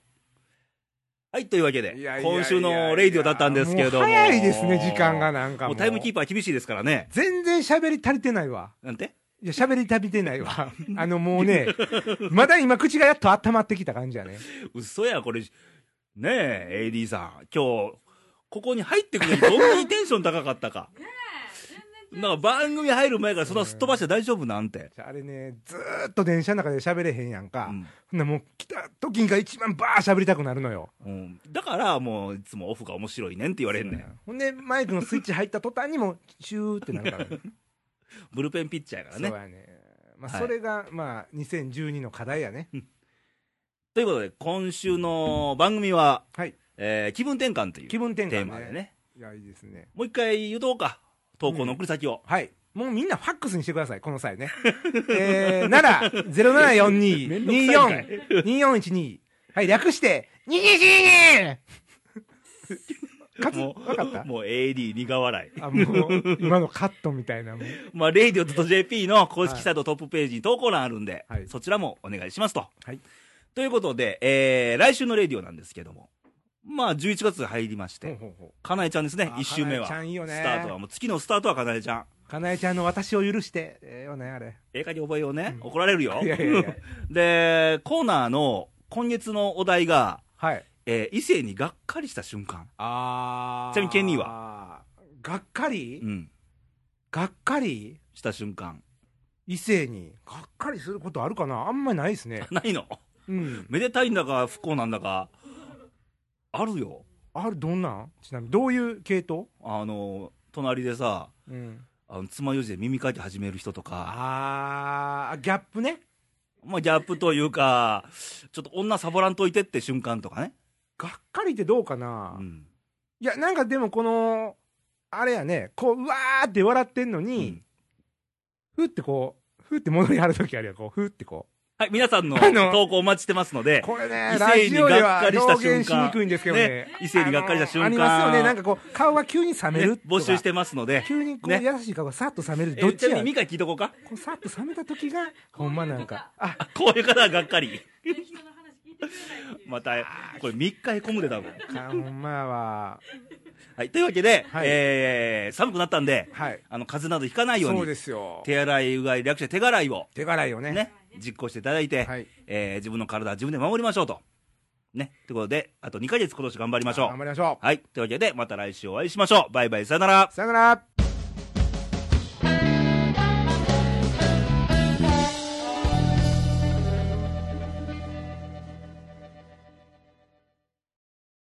[SPEAKER 1] はい、というわけで
[SPEAKER 2] いや、いやいやいや
[SPEAKER 1] 今週のレイディオだったんですけれども。
[SPEAKER 2] う早いですね時間がなんか
[SPEAKER 1] も
[SPEAKER 2] もう
[SPEAKER 1] うタイムキーパー厳しいですからね。
[SPEAKER 2] 全然喋り足りてないわ
[SPEAKER 1] なんて
[SPEAKER 2] いや喋り足りてない
[SPEAKER 1] <laughs>
[SPEAKER 2] わあのもうねまだ今口がやっと温まってきた感じやね
[SPEAKER 1] 嘘や、これ。ねえ、AD さん。今日、ここに入ってくるのにどんなにテンション高かったか。
[SPEAKER 3] 全然
[SPEAKER 1] な
[SPEAKER 3] 違
[SPEAKER 1] んか番組入る前からそんなすっ飛ばして大丈夫なんて。
[SPEAKER 2] あれねずーっと電車の中で喋れへんやんか、
[SPEAKER 1] うん
[SPEAKER 2] ほんならもう来た時が一番バー喋りたくなるのよ
[SPEAKER 1] うん、だからもういつもオフが面白いねんって言われんねん
[SPEAKER 2] ほんでマイクのスイッチ入った途端にもうシューってなるから
[SPEAKER 1] <laughs>
[SPEAKER 2] ね
[SPEAKER 1] ブルペンピッチャーやからね
[SPEAKER 2] そうやね。まあ、
[SPEAKER 1] はい
[SPEAKER 2] それが、まあ、2012の課題やね。
[SPEAKER 1] ということで今週の番組は、
[SPEAKER 2] はい。
[SPEAKER 1] えー気分転換という
[SPEAKER 2] 気分転換、ね。
[SPEAKER 1] テーマでね。
[SPEAKER 2] いや、いいですね。
[SPEAKER 1] もう一回言うとこうか投稿の送り先を、
[SPEAKER 2] はい。もうみんなファックスにしてください、この際ね。 <laughs> えー、なら、0742-24、2412。はい、略して、2212! かつ、
[SPEAKER 1] も
[SPEAKER 2] わかった
[SPEAKER 1] もう AD 苦笑い
[SPEAKER 2] あ、もう、今のカットみたいなもん。
[SPEAKER 1] まあ radio.jp の公式サイトトップページに投稿欄あるんで、
[SPEAKER 2] はい
[SPEAKER 1] そちらもお願いしますと、
[SPEAKER 2] はい
[SPEAKER 1] ということで、えー来週のレディオなんですけどもまあ11月入りまして、
[SPEAKER 2] ほうほうほ
[SPEAKER 1] かなえちゃんですね
[SPEAKER 2] あ
[SPEAKER 1] 1周目は
[SPEAKER 2] かなえちゃんいいよね
[SPEAKER 1] スタートはもう月のスタートはかなえちゃん
[SPEAKER 2] うかなえちゃんの私を許して、ええよね、あれ。
[SPEAKER 1] ええかに覚えようね、怒られるよ
[SPEAKER 2] いやいやいや
[SPEAKER 1] <laughs> でコーナーの今月のお題が、
[SPEAKER 2] はい。
[SPEAKER 1] えー異性にがっかりした瞬間
[SPEAKER 2] あ
[SPEAKER 1] ーちなみにケニー
[SPEAKER 2] はがっかり、
[SPEAKER 1] うん
[SPEAKER 2] がっかり
[SPEAKER 1] した瞬間。
[SPEAKER 2] 異性にがっかりすることあるかなあんまりないですね
[SPEAKER 1] ないの
[SPEAKER 2] うん。
[SPEAKER 1] めでたいんだか不幸なんだかあるよ
[SPEAKER 2] ある、どんなんちなみに、どういう系統
[SPEAKER 1] あの隣でさ
[SPEAKER 2] うん。
[SPEAKER 1] あの爪楊枝で耳かき始める人とか
[SPEAKER 2] あー、ギャップね。
[SPEAKER 1] まあギャップというかちょっと女サボらんといてって瞬間とかね、
[SPEAKER 2] がっかりってどうか
[SPEAKER 1] う
[SPEAKER 2] な、
[SPEAKER 1] ん
[SPEAKER 2] いや、なんかでもこの、あれやね、こう、うわーって笑ってんの
[SPEAKER 1] う
[SPEAKER 2] に
[SPEAKER 1] ん、
[SPEAKER 2] ふってこう、ふって戻りはるときあるやん、こう、ふってこ
[SPEAKER 1] はい皆さんの
[SPEAKER 2] あの
[SPEAKER 1] 投稿お待ちしてますので
[SPEAKER 2] う。これね、
[SPEAKER 1] 異
[SPEAKER 2] ラ
[SPEAKER 1] 性に
[SPEAKER 2] ジオで
[SPEAKER 1] がっ
[SPEAKER 2] は
[SPEAKER 1] かりした瞬間
[SPEAKER 2] 表現しにくいんですけどね。
[SPEAKER 1] ね異性にがっかりした瞬間
[SPEAKER 2] あのありますよね、なんかこう、顔が急に冷める
[SPEAKER 1] ね
[SPEAKER 2] とか
[SPEAKER 1] 募集してますので
[SPEAKER 2] 急にこう、
[SPEAKER 1] ね
[SPEAKER 2] 優しい顔がさっと冷める。
[SPEAKER 1] え
[SPEAKER 2] どっ
[SPEAKER 1] ー
[SPEAKER 2] ち
[SPEAKER 1] ちな
[SPEAKER 2] や
[SPEAKER 1] みにミカ聞いとこうか <laughs>
[SPEAKER 2] こうさっと冷めた時がほんまなんかあ
[SPEAKER 1] こういう方はがっかり
[SPEAKER 3] う。人の話聞いてくれないっていう。
[SPEAKER 1] またこれ3日へ込むで多分
[SPEAKER 2] かほんまやわ
[SPEAKER 1] はいというわけで、
[SPEAKER 2] はい
[SPEAKER 1] えー寒くなったんで
[SPEAKER 2] はい
[SPEAKER 1] あの風邪などひかないように
[SPEAKER 2] そうですよ
[SPEAKER 1] 手洗いうがい略して手洗いを
[SPEAKER 2] 手洗いをね
[SPEAKER 1] ね実行していただいて、
[SPEAKER 2] はい
[SPEAKER 1] えー自分の体は自分で守りましょうとねということであと2ヶ月今年頑張りましょ
[SPEAKER 2] 頑
[SPEAKER 1] う
[SPEAKER 2] 張りましょ
[SPEAKER 1] はいというわけでまた来週お会いしましょうバイバイさよなら
[SPEAKER 2] うさよなら